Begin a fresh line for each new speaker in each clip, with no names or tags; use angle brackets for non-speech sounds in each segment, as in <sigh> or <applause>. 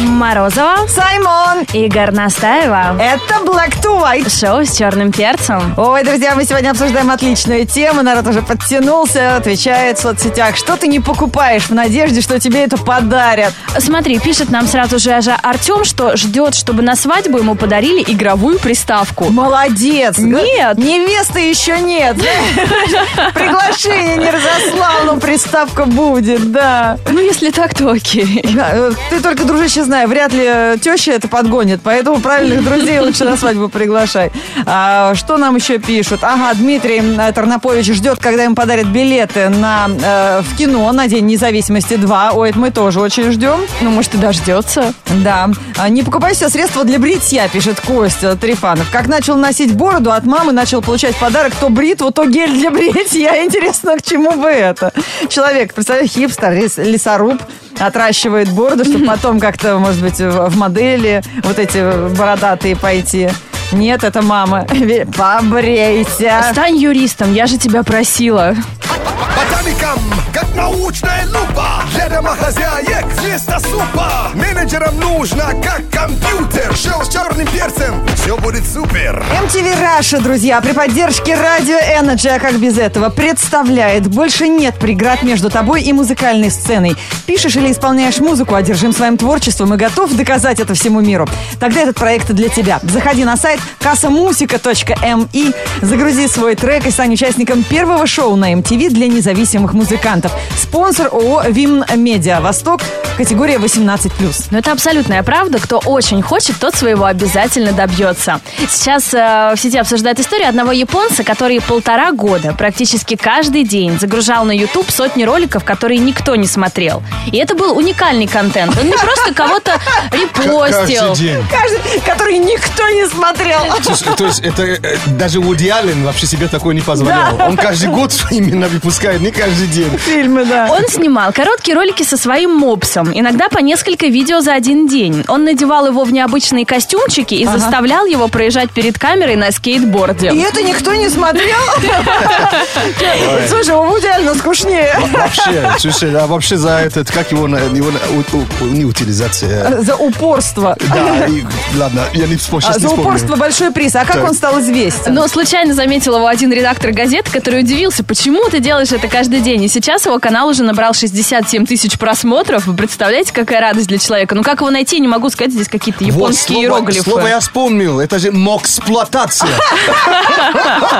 Морозова
Саймон!
и Настаева.
Это Black to White.
Шоу с черным перцем.
Ой, друзья, мы сегодня обсуждаем отличную тему. Народ уже подтянулся, отвечает в соцсетях. Что ты не покупаешь в надежде, что тебе это подарят?
Смотри, пишет нам сразу же же Артем, что ждет, чтобы на свадьбу ему подарили игровую приставку.
Молодец!
Нет.
Невесты еще нет. Приглашение не разослал, но приставка будет, да.
Ну, если так, то окей.
<laughs> Да, э, Ты только, дружище, знай, вряд ли теща это подгонит, поэтому правильных друзей лучше на свадьбу приглашай. А, что нам еще пишут? Ага, Дмитрий э, Тарнапович ждет, когда им подарят билеты на, э, в кино на День независимости 2. Ой, это мы тоже очень ждем.
Ну, может, и дождется.
Да. А, Не покупай все средства для бритья, пишет Костя Трифанов. Как начал носить бороду, от мамы начал получать подарок то бритву, то гель для <laughs> бритья. Интересно, к чему бы это? Человек, представляешь, хипстер, лес- лесоруб, отращивает бороду, чтобы потом как-то, может быть, в в модели вот эти бородатые пойти. Нет, это мама. <laughs> Ве- Побрейся.
Стань юристом, я же тебя просила.
По дамикам, как научная лупа Ледома хозяек, вместо супа Менеджерам нужно, как компьютер Шел с черным перцем, все будет супер
MTV Раша, друзья, при поддержке радио Energy, а как без этого, представляет «Больше нет преград между тобой и музыкальной сценой». Пишешь или исполняешь музыку, одержим своим творчеством и готов доказать это всему миру. Тогда этот проект для тебя. Заходи на сайт kassamusica.me, загрузи свой трек и стань участником первого шоу на MTV для независимых музыкантов. Спонсор ООО «Вим Медиа Восток», категория 18+.
Но это абсолютная правда. Кто очень хочет, тот своего обязательно добьется. Сейчас э, в сети обсуждают историю одного японца, который полтора года практически каждый день загружал на YouTube сотни роликов, которые никто не смотрел. И это был уникальный контент. Он не просто кого-то
<laughs>
репостил.
Каждый день.
Каждый, который никто не смотрел.
Слушай, то есть это э, даже Вуди Аллен вообще себе такое не позволял. Он каждый год именно выпускает, не каждый день.
Фильмы, да.
Он снимал короткие ролики со своим мопсом, иногда по несколько видео за один день. Он надевал его в необычные костюмчики и заставлял его проезжать перед камерой на скейтборде.
И это никто не смотрел? Слушай, у Вуди Аллена скучнее.
А Вообще, слушай, а вообще за этот, как его, на- его на- у- у- не утилизация.
За упорство.
Да, и- ладно, я не вспомню,
А,
сейчас не
За упорство
вспомню.
большой приз. А как
Так.
он стал известен?
Но случайно заметил его один редактор газет, который удивился, почему ты делаешь это каждый день. И сейчас его канал уже набрал 67 тысяч просмотров. Вы представляете, какая радость для человека. Ну, как его найти, я не могу сказать. Здесь какие-то
Вот
японские
слово-
иероглифы.
Слово я вспомнил, это же моксплотация.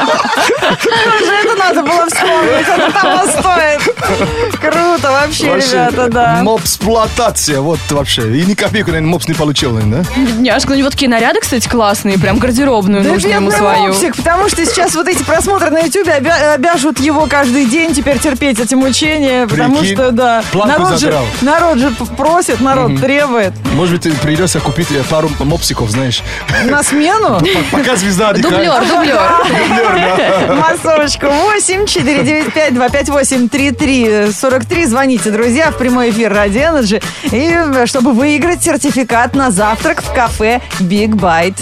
Тоже это надо было вспомнить. Это того стоит. Круто вообще, ребята, да.
Мопсплотация, вот вообще. И ни копейку, наверное, мопс не получил, наверное, да?
Бедняжка, ну, у него такие наряды, кстати, классные. Прям гардеробную
Да
нужно ему
бедный
свою.
мопсик, потому что сейчас вот эти просмотры на Ютубе обя- обяжут его каждый день теперь терпеть эти мучения, потому
Прикинь,
что, да,
планку
народ же,
задрал.
народ же просит, народ требует.
Может быть, ты придется купить э, пару мопсиков, знаешь. <laughs>
На смену?
Пока звезда
Дублер,
отдыхает.
дублер.
Массовочку 8 495 258 33 43. Звоните, друзья, в прямой эфир Ради Energy. И э, чтобы выиграть сертификат на завтрак в кафе Big Bite.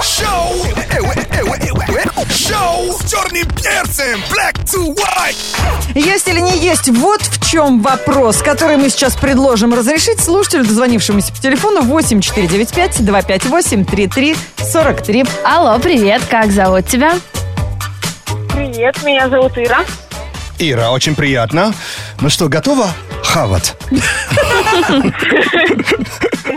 Шоу Шоу с черным перцем Black to white
Есть или не есть, вот в чем вопрос, который мы сейчас предложим разрешить слушателю, дозвонившемуся по телефону 8 495 258 33 43.
Алло, привет, как зовут тебя?
Привет, меня зовут Ира. <laughs>
Ира, очень приятно. Ну что, готова? Хават.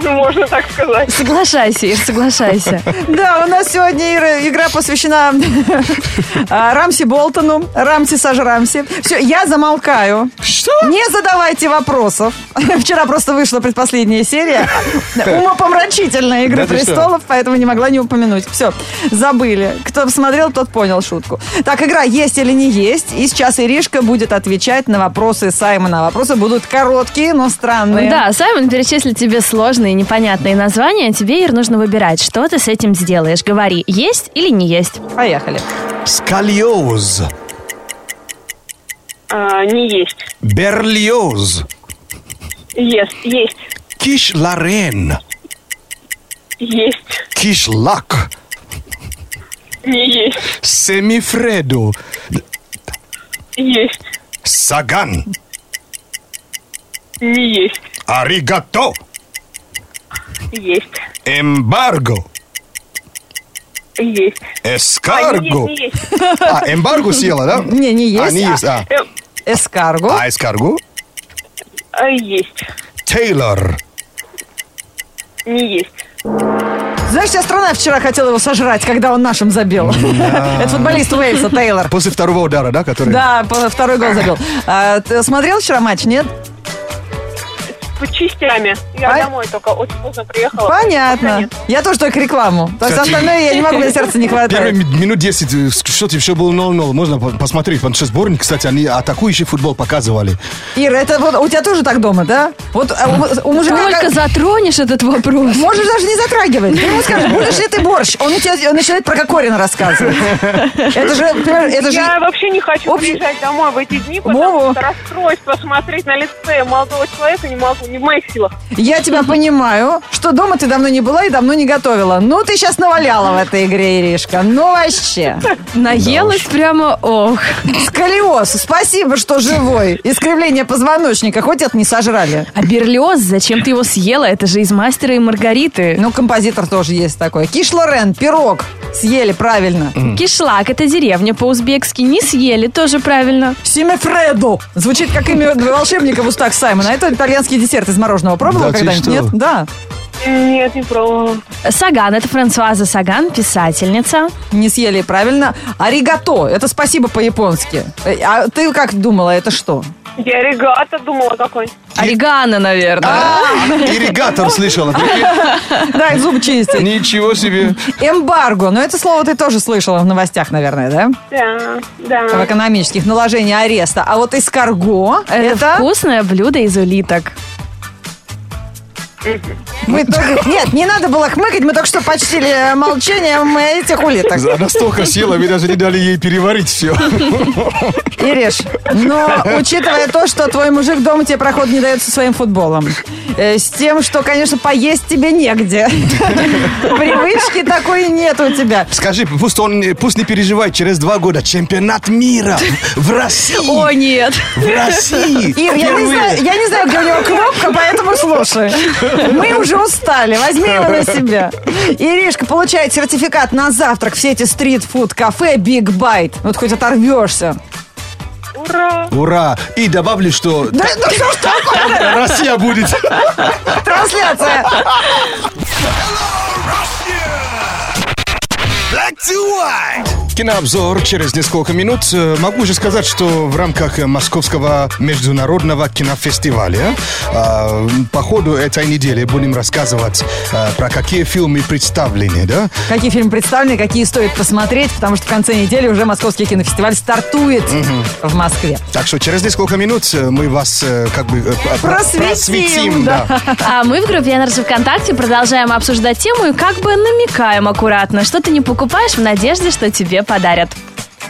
Ну, Можно так сказать.
Соглашайся, Ир, <laughs> соглашайся.
Да, у нас сегодня Ира, игра посвящена <laughs> а, Рамси Болтону, Рамси Сажрамси. Все, я замолкаю. Что? Не задавайте вопросов. <laughs> Вчера просто вышла предпоследняя серия умопомрачительная «Игры
Да ты что?
престолов», поэтому не могла не упомянуть. Все, забыли. Кто посмотрел, тот понял шутку. Так, игра «Есть или не есть?» И сейчас Иришка будет отвечать на вопросы Саймона. Вопросы будут короткие, но странные.
Ну Да, Саймон перечислит тебе сложные, непонятные названия. Тебе, Ир, нужно выбирать, что ты с этим сделаешь. Говори, есть или не есть.
Поехали.
Сколиоз.
А, не есть.
Берлиоз.
Есть, есть,
Кишларен.
есть,
Кишлак.
не есть,
Семифредо.
есть,
Саган.
не есть,
Аригато.
Есть.
Эмбарго.
Есть. А, не
Эскарго.
есть, не есть.
А, эмбарго съела, да?
Не, не есть.
А, не есть, а.
Э,
Эскарго.
А, эскарго.
а, Есть.
Тейлор.
Не есть.
Знаешь, вся страна вчера хотела его сожрать, когда он нашим забил. <laughs> Это футболист Уэльса, Тейлор.
После второго удара, да, который?
Да, по- второй гол забил. А, ты смотрел вчера матч, нет?
По частями. Я
А?
домой только очень поздно приехала.
Понятно. Я тоже только рекламу. То есть остальное я не могу, мне сердца не
Первые
хватает.
ми- минут 10 э, в счете еще был 0-0. Можно по- посмотреть. Потому что сборник, кстати, они атакующий футбол показывали.
Ира, это вот у тебя тоже так дома, да? Вот а, у, у мужика...
Только
как-
затронешь этот вопрос.
Можешь даже не затрагивать. Ты ему скажешь, будешь ли ты борщ? Он, у тебя- он начинает про Кокорина рассказывать. Это же, понимаешь, это же...
Я вообще не хочу
Общий-
приезжать домой в эти дни, потому
Вова.
что расстройство смотреть на лице молодого человека не могу, не в моих силах.
Я тебя понимаю, что дома ты давно не была и давно не готовила. Ну, ты сейчас наваляла в этой игре, Иришка. Ну, вообще.
Наелась прямо, ох.
Сколиоз, спасибо, что живой. Искривление позвоночника, хоть это не сожрали.
А Берлиоз, зачем ты его съела? Это же из «Мастера и Маргариты».
<laughs> Ну, композитор тоже есть такой. Киш Лорен, пирог. Съели, правильно.
Кишлак – это деревня по-узбекски. Не съели, тоже правильно.
Симефредо. Звучит как имя волшебника в устах Саймона. Это итальянский десерт из мороженого. Пробовала
Да ты
когда-нибудь?
что?
Нет? Да.
Нет, не пробовала.
Саган – это Франсуаза Саган, писательница.
Не съели, правильно. Аригато. Это спасибо по-японски. Э, А ты как думала, это что? <laughs>
Я регата думала какой-нибудь.
Орегано, А наверное.
Ирригатор слышал. а
<laughs> Да, и зубы чистить.
Ничего себе.
Эмбарго. Но это слово ты тоже слышала в новостях, наверное, да?
Да,
В
да.
экономических. Наложение ареста. А вот эскарго. Это...
Вкусное блюдо из улиток.
Мы только... Нет, не надо было хмыкать. Мы только что почтили э, молчанием этих улиток.
Она столько съела, вы даже не дали ей переварить все.
Ириш, но учитывая то, что твой мужик дома тебе проход не дает со своим футболом, э, с тем, что, конечно, поесть тебе негде. Привычки такой нет у тебя.
Скажи, пусть он не- пусть не переживает, через два года чемпионат мира в
О,
России.
нет.
В России.
Ир, я не,
Впервые.
знаю, я не знаю, где у него кнопка, поэтому слушай. Мы уже устали, возьми его на себя. Иришка получает сертификат на завтрак в сети стрит-фуд-кафе «Биг Байт». Вот хоть оторвешься.
Ура!
Ура! И добавлю, что
Да, ну что ж такое?
Россия будет.
Трансляция.
Black to white.
Кинообзор через несколько минут. Э, Могу уже сказать, что в рамках э, Московского международного кинофестиваля э, по ходу этой недели будем рассказывать э, про какие фильмы представлены, да?
Какие фильмы представлены, какие стоит посмотреть, потому что в конце недели уже Московский кинофестиваль стартует в Москве.
Так что через несколько минут э, мы вас э, как бы э, п-
Просветим, да.
А мы в группе Energy ВКонтакте продолжаем обсуждать тему и как бы намекаем аккуратно, что ты не покупаешь в надежде, что тебе подарят.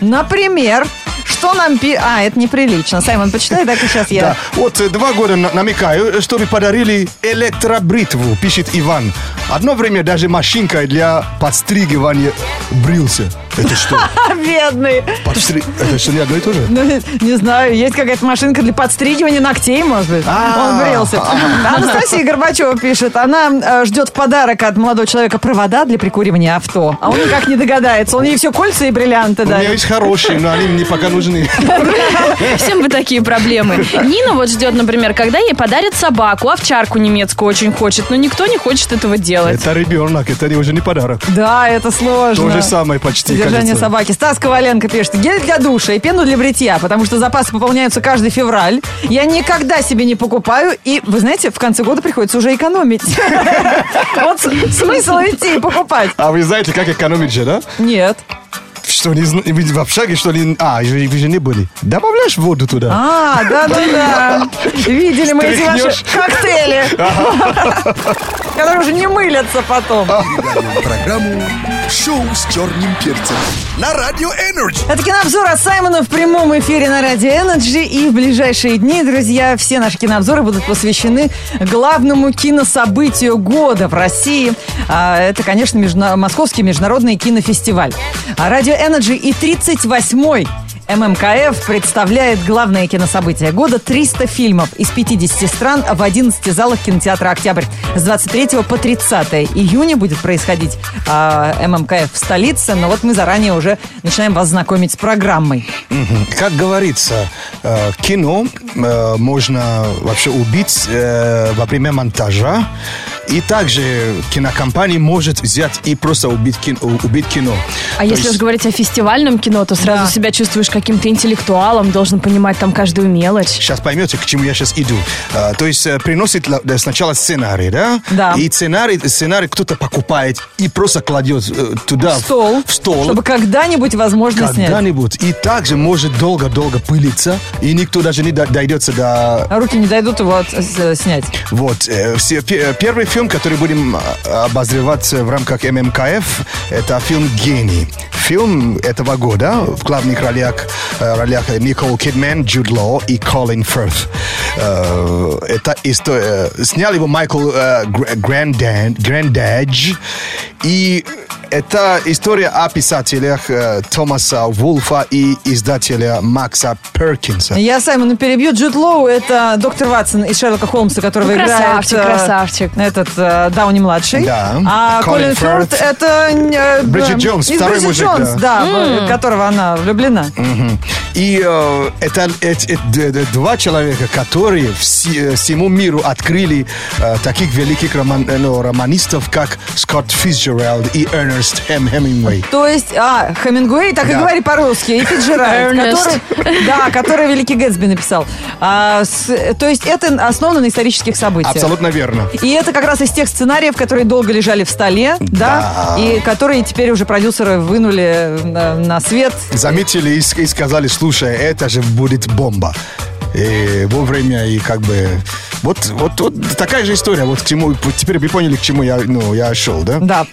Например, что нам... пи- А, это неприлично. Саймон, почитай, так и сейчас я...
Да. Вот э, два года на- намекаю, э, чтобы подарили электробритву, пишет Иван. Одно время даже машинкой для подстригивания брился. Это что?
<laughs> Бедный.
Подстри- Это что, не одно и то же?
Ну, не знаю, есть какая-то машинка для подстригивания ногтей, может быть.
А.
Он брился. Анастасия Горбачева пишет. Она э, ждет в подарок от молодого человека провода для прикуривания авто. А он никак не догадается. Он ей все кольца и бриллианты
У меня
дает.
есть хорошие, но они мне пока нужны.
Всем бы такие проблемы. Нина вот ждет, например, когда ей подарят собаку, овчарку немецкую очень хочет, но никто не хочет этого делать.
Это ребенок, это не- уже не подарок.
Да, это сложно.
То же самое почти,
Содержание
кажется.
собаки. Стас Коваленко пишет. Гель для душа и пену для бритья, потому что запасы пополняются каждый февраль. Я никогда себе не покупаю. И, вы знаете, в конце года приходится уже экономить. <laughs> Вот с- смысл идти и покупать.
А вы знаете, как экономить же, да?
Нет.
Что, не зна- вы в общаге, что ли? А, вы вы же не были. Добавляешь воду туда.
А, да-да-да. Видели мы эти ваши
Стряхнешь.
коктейли. <laughs> Которые уже не мылятся потом.
Предлагаем программу «Шоу с черным перцем» на Радио Энерджи.
Это кинообзор от Саймона в прямом эфире на Радио Energy. И в ближайшие дни, друзья, все наши кинообзоры будут посвящены главному кинособытию года в России. А, это, конечно, междуна- Московский международный кинофестиваль. А Радио Energy и 38-й ММКФ представляет главное кинособытие года 300 фильмов из 50 стран в 11 залах кинотеатра «Октябрь». С 23 по 30 июня будет происходить а, ММКФ в столице, но вот мы заранее уже начинаем вас знакомить с программой.
Мгм. Как говорится, э, кино э, можно вообще убить э, во время монтажа. И также кинокомпания может взять и просто убить кино. Убить кино.
А
То
если
есть-
уж говорить о фестивальном кино, то сразу
Да.
себя чувствуешь каким-то интеллектуалом, должен понимать там каждую мелочь.
Сейчас поймете, к чему я сейчас иду. А, то есть э, приносит ла- да, сначала сценарий, да?
Да.
И сценарий, сценарий кто-то покупает и просто кладет э, туда.
В стол,
В стол.
чтобы когда-нибудь возможно снять.
когда-нибудь. И также может долго-долго пылиться, и никто даже не до- дойдется до...
А Руки не дойдут его от- с- снять.
Вот. э, все, пе- первый фильм, который будем а, обозревать в рамках ММКФ, это фильм «Гений». Фильм этого года в главных ролях, э, ролях Никол Кидмен, Джуд Лоу и Колин Ферт. Э, Это история... Снял его Майкл э, Гр- Грандан- Грандадж. И это история о писателях э, Томаса Вулфа и издателя Макса Перкинса.
Я Саймона перебью. Джуд Лоу – это доктор Ватсон из «Шерлока Холмса», которого
Ну,
играет...
красавчик,
э,
красавчик.
Этот э, Дауни-младший.
Да.
А Колин
Колин
Фёрд –
Фёрд.
это... э,
Бриджит
э,
Джонс,
из
второй
Бриджит
мужик,
Джонс,
да.
да, в которого она влюблена.
Мгм. И э, это, эт- эт- д- д- два человека, которые вси- э, всему миру открыли э, таких великих роман- э, ну, романистов, как Скотт Фицджеральд и Эрнест Хэм Хемингуэй.
То есть, а, Хемингуэй, так и
Да.
говори по-русски, и Фиджеральд,
Эрнест.
который, да, который Великий Гэтсби написал. А, с- то есть, это основано на исторических событиях.
Абсолютно верно.
И это как раз из тех сценариев, которые долго лежали в столе, да,
Да.
и которые теперь уже продюсеры вынули на, на свет.
Заметили и, с- и сказали, слушай, это же будет бомба. И вовремя, и как бы... Вот, вот, вот такая же история. Вот к чему... вот Теперь вы поняли, к чему я, ну, я шел, да?
Да,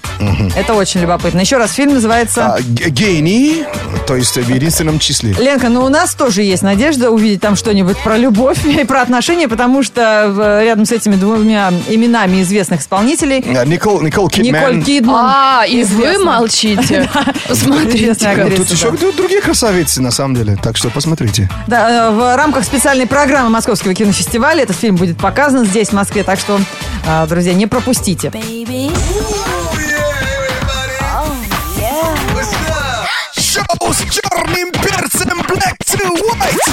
это очень любопытно. Еще раз, фильм называется...
А, г- гений, то есть в единственном числе.
Ленка, ну у нас тоже есть надежда увидеть там что-нибудь про любовь <laughs> и про отношения, потому что в- рядом с этими двумя именами известных исполнителей
Э, Никол, Никол Кидман.
Николь Кидман.
А, и вы <laughs>
Известно.
молчите.
Известная
Посмотрите.
актриса.
Тут еще
да.
д- другие красавицы, на самом деле. Так что посмотрите.
Да, э, в рамках специальной программы Московского кинофестиваля этот фильм будет показан здесь, в Москве, так что, э, друзья, не пропустите.
Шоу с черным перцем Black to White.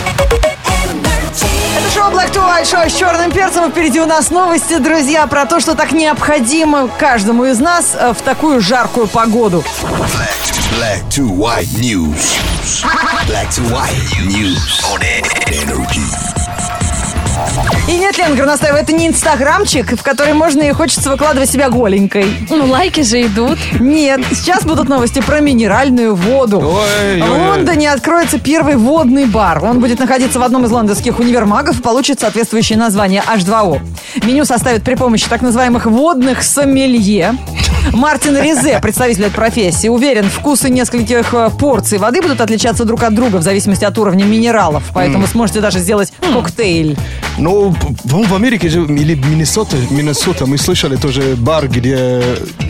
Это шоу Black to White, шоу с черным перцем. И Впереди у нас новости, друзья, про то, что так необходимо каждому из нас э, в такую жаркую погоду.
Black to White News. Black to White News on Energy.
И нет, Лена Горностаева, это не инстаграмчик, в который можно и хочется выкладывать себя голенькой.
Ну, лайки же идут.
Нет, сейчас будут новости про минеральную воду.
Ой, ой,
В
ой.
Лондоне откроется первый водный бар. Он будет находиться в одном из лондонских универмагов и получит соответствующее название H2O. Меню составят при помощи так называемых водных сомелье. Мартин Резе, представитель этой профессии, уверен, вкусы нескольких э, порций воды будут отличаться друг от друга в зависимости от уровня минералов. Поэтому сможете даже сделать коктейль.
Ну, п- по-моему, в Америке же, или Миннесота, Миннесота, мы слышали тоже бар, где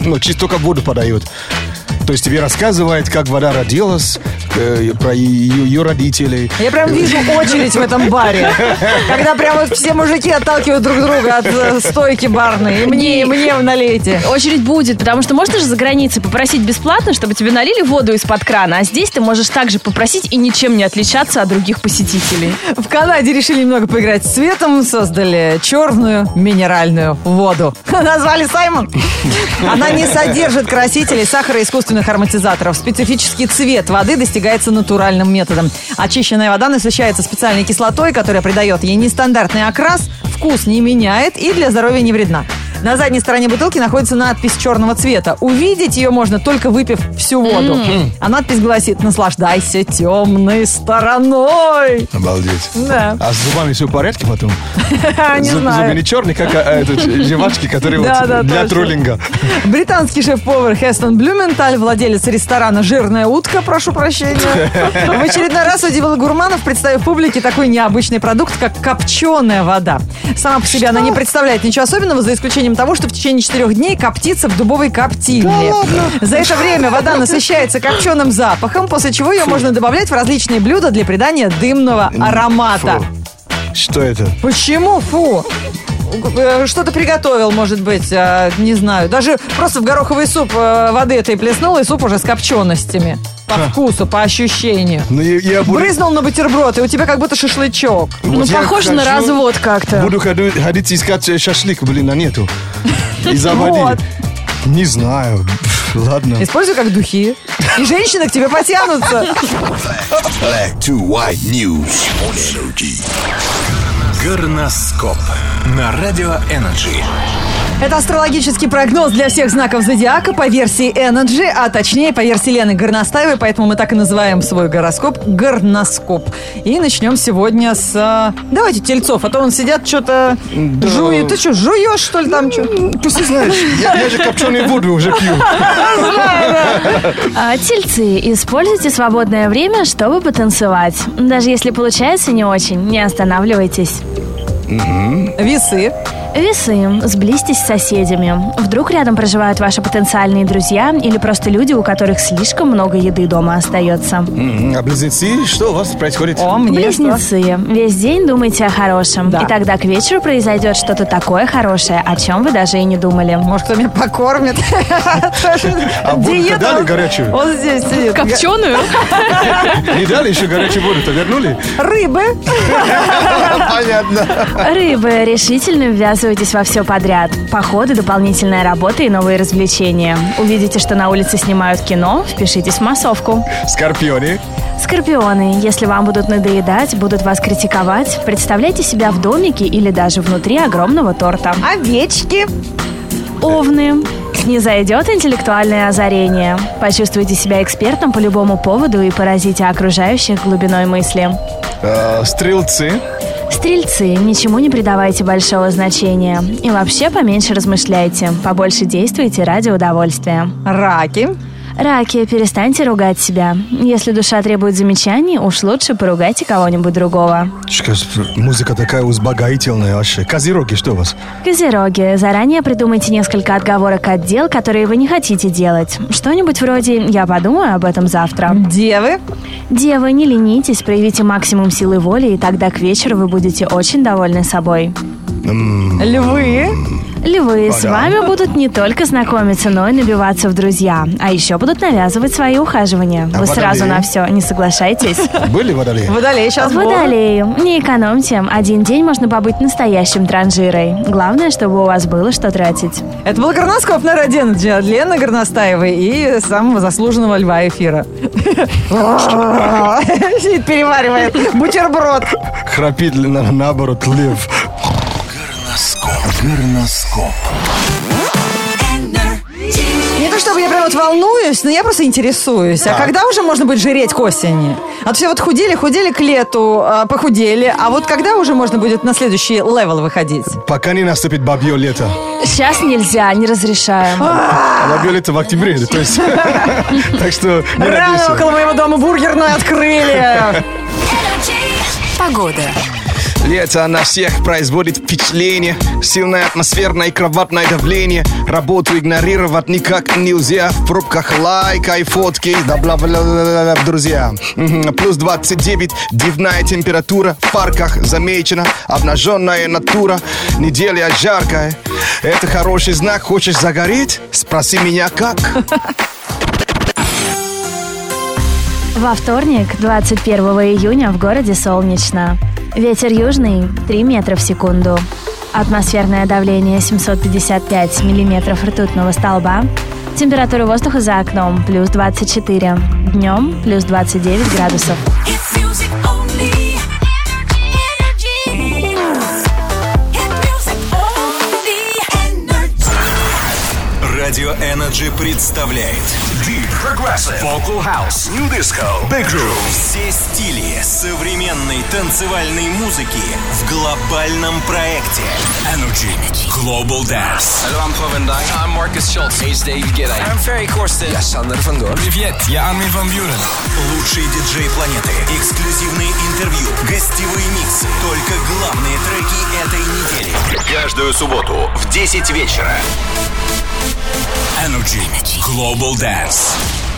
ну, чисто только воду подают. То есть тебе рассказывает, как вода родилась, э, про ее, ее родителей.
Я прям вижу очередь в этом баре. Когда прям вот все мужики отталкивают друг друга от э, стойки барной. И мне, и мне налейте.
Очередь будет, потому что можно же за границей попросить бесплатно, чтобы тебе налили воду из-под крана, а здесь ты можешь также попросить и ничем не отличаться от других посетителей.
В Канаде решили немного поиграть с цветом, создали черную минеральную воду. <laughs> Назвали Саймон. Она не содержит красителей, сахара и искусственных ароматизаторов. Специфический цвет воды достигается натуральным методом. Очищенная вода насыщается специальной кислотой, которая придает ей нестандартный окрас, вкус не меняет и для здоровья не вредна. На задней стороне бутылки находится надпись черного цвета. Увидеть ее можно только выпив всю воду. А надпись гласит «Наслаждайся темной стороной».
Обалдеть.
Да.
А с зубами все в порядке потом?
Не
Зуб- Зубы
знаю.
не черные, как а, а, этот, жвачки, которые
<laughs> Да,
вот
да,
для
точно. <laughs>
троллинга.
Британский шеф-повар Хестон Блюменталь, владелец ресторана «Жирная утка», прошу прощения, в очередной раз удивил гурманов, представив публике такой необычный продукт, как копченая вода. Сама по себе она не представляет ничего особенного, за исключением достижением того, что в течение четырех дней коптится в дубовой коптильне. За это время вода насыщается копченым запахом, после чего ее можно добавлять в различные блюда для придания дымного аромата.
Фу. Что это?
Почему фу? Э, Что-то приготовил, может быть, э, не знаю. Даже просто в гороховый суп э, воды этой плеснул, и суп уже с копченостями. По вкусу, по ощущению.
Ну, я, я буду,
Брызнул на бутерброд, и у тебя как будто шашлычок.
Ну,
вот я
похоже на
хожу,
развод как-то.
Буду ходу- ходить искать э, шашлык, блин, а нету.
<laughs>
Из-за воды.
Вот.
Не знаю. Пф, Ладно.
Используй как духи. И женщины к тебе потянутся.
Black to white news on energy.
Горноскоп на Радио Энерджи.
Это астрологический прогноз для всех знаков зодиака по версии Energy, а точнее по версии Лены Горностаевой, поэтому мы так и называем свой гороскоп «Горноскоп». И начнем сегодня с... э, Давайте тельцов, а то он сидят, что-то жует. Ты что, жуешь, что ли, там? Чё?
Ты что ну, знаешь, я, я же копченую воду уже пью.
А, Тельцы, используйте свободное время, чтобы потанцевать. Даже если получается не очень, не останавливайтесь.
<laughs> Весы.
Весы, сблизьтесь с соседями. Вдруг рядом проживают ваши потенциальные друзья или просто люди, у которых слишком много еды дома остается.
М, А близнецы, что у вас происходит?
О, мне что?
Близнецы, весь день думайте о хорошем.
Да.
И тогда к вечеру произойдет что-то такое хорошее, о чем вы даже и не думали.
Может, кто меня покормит? <laughs>
А водку
Диета,
дали
он-
горячую?
Он здесь сидит.
Копченую?
Не дали еще горячую воду-то, вернули?
<laughs>
А,
Рыбы.
Понятно.
Рыбы, решительно ввязывайтесь во все подряд. Походы, дополнительная работа и новые развлечения. Увидите, что на улице снимают кино, впишитесь в массовку.
Скорпионы.
Скорпионы, если вам будут надоедать, будут вас критиковать, представляйте себя в домике или даже внутри огромного торта.
Овечки.
Овны. Не зайдет интеллектуальное озарение. Почувствуйте себя экспертом по любому поводу и поразите окружающих глубиной мысли.
э, Стрелцы.
Стрельцы, ничему не придавайте большого значения. И вообще поменьше размышляйте, побольше действуйте ради удовольствия.
Раки.
Раки, перестаньте ругать себя. Если душа требует замечаний, уж лучше поругайте кого-нибудь другого.
Чё, Музыка такая узбогательная вообще. Козероги, что у вас?
Козероги, заранее придумайте несколько отговорок от дел, которые вы не хотите делать. Что-нибудь вроде «я подумаю об этом завтра».
Девы.
Девы, не ленитесь, проявите максимум силы воли, и тогда к вечеру вы будете очень довольны собой.
Львы.
Львы, с
Ага.
вами будут не только знакомиться, но и набиваться в друзья. А еще будут навязывать свои ухаживания. Вы
водолеи?
сразу на все не соглашаетесь.
Были водолеи?
Водолей сейчас будут.
Водолеи, не экономьте. Один день можно побыть настоящим транжирой. Главное, чтобы у вас было что тратить.
Это был Горноскоп на Радио Энерджи от Лены Горностаевой и самого заслуженного льва эфира. Сидит, переваривает бутерброд.
Храпит ли на- наоборот лев.
Горноскоп. Горноскоп.
Не то чтобы я прям вот волнуюсь, но я просто интересуюсь. А когда уже можно будет жреть к осени? А то все вот худели, худели к лету, а, похудели. А вот когда уже можно будет на следующий левел выходить?
Пока не наступит бабье лето.
Сейчас нельзя, не разрешаем.
А бабье лето в октябре, то есть. <laughs> Так что не
Рано
надейся.
около моего дома бургерную открыли.
Лето на всех производит впечатление. Сильное атмосферное и кроватное давление. Работу игнорировать никак нельзя. В пробках лайка и фотки. Да бла бла бла друзья. Мгм. Плюс 29, дневная температура. В парках замечена обнаженная натура. Неделя жаркая. Это хороший знак. Хочешь загореть? Спроси меня как.
Во вторник, 21 июня, в городе солнечно. Ветер южный 3 метра в секунду. Атмосферное давление 755 миллиметров ртутного столба. Температура воздуха за окном плюс 24. Днем плюс 29 градусов.
It's music only. Energy. Energy. It's music only. Energy.
Радио Energy представляет Deep Progressive Vocal House New Disco Big Room Все стили современной танцевальной музыки в глобальном проекте Energy Global Dance
Hello, I'm Paul Van Dyke. I'm Marcus Schultz. He's David Gidday. I'm Ferry Corsten. Я Sander van Goor.
Привет, я Армин Ван Бюрен Лучшие диджеи планеты Эксклюзивные интервью Гостевые миксы Только главные треки этой недели
Каждую субботу в 10 вечера.
Energy Global Dance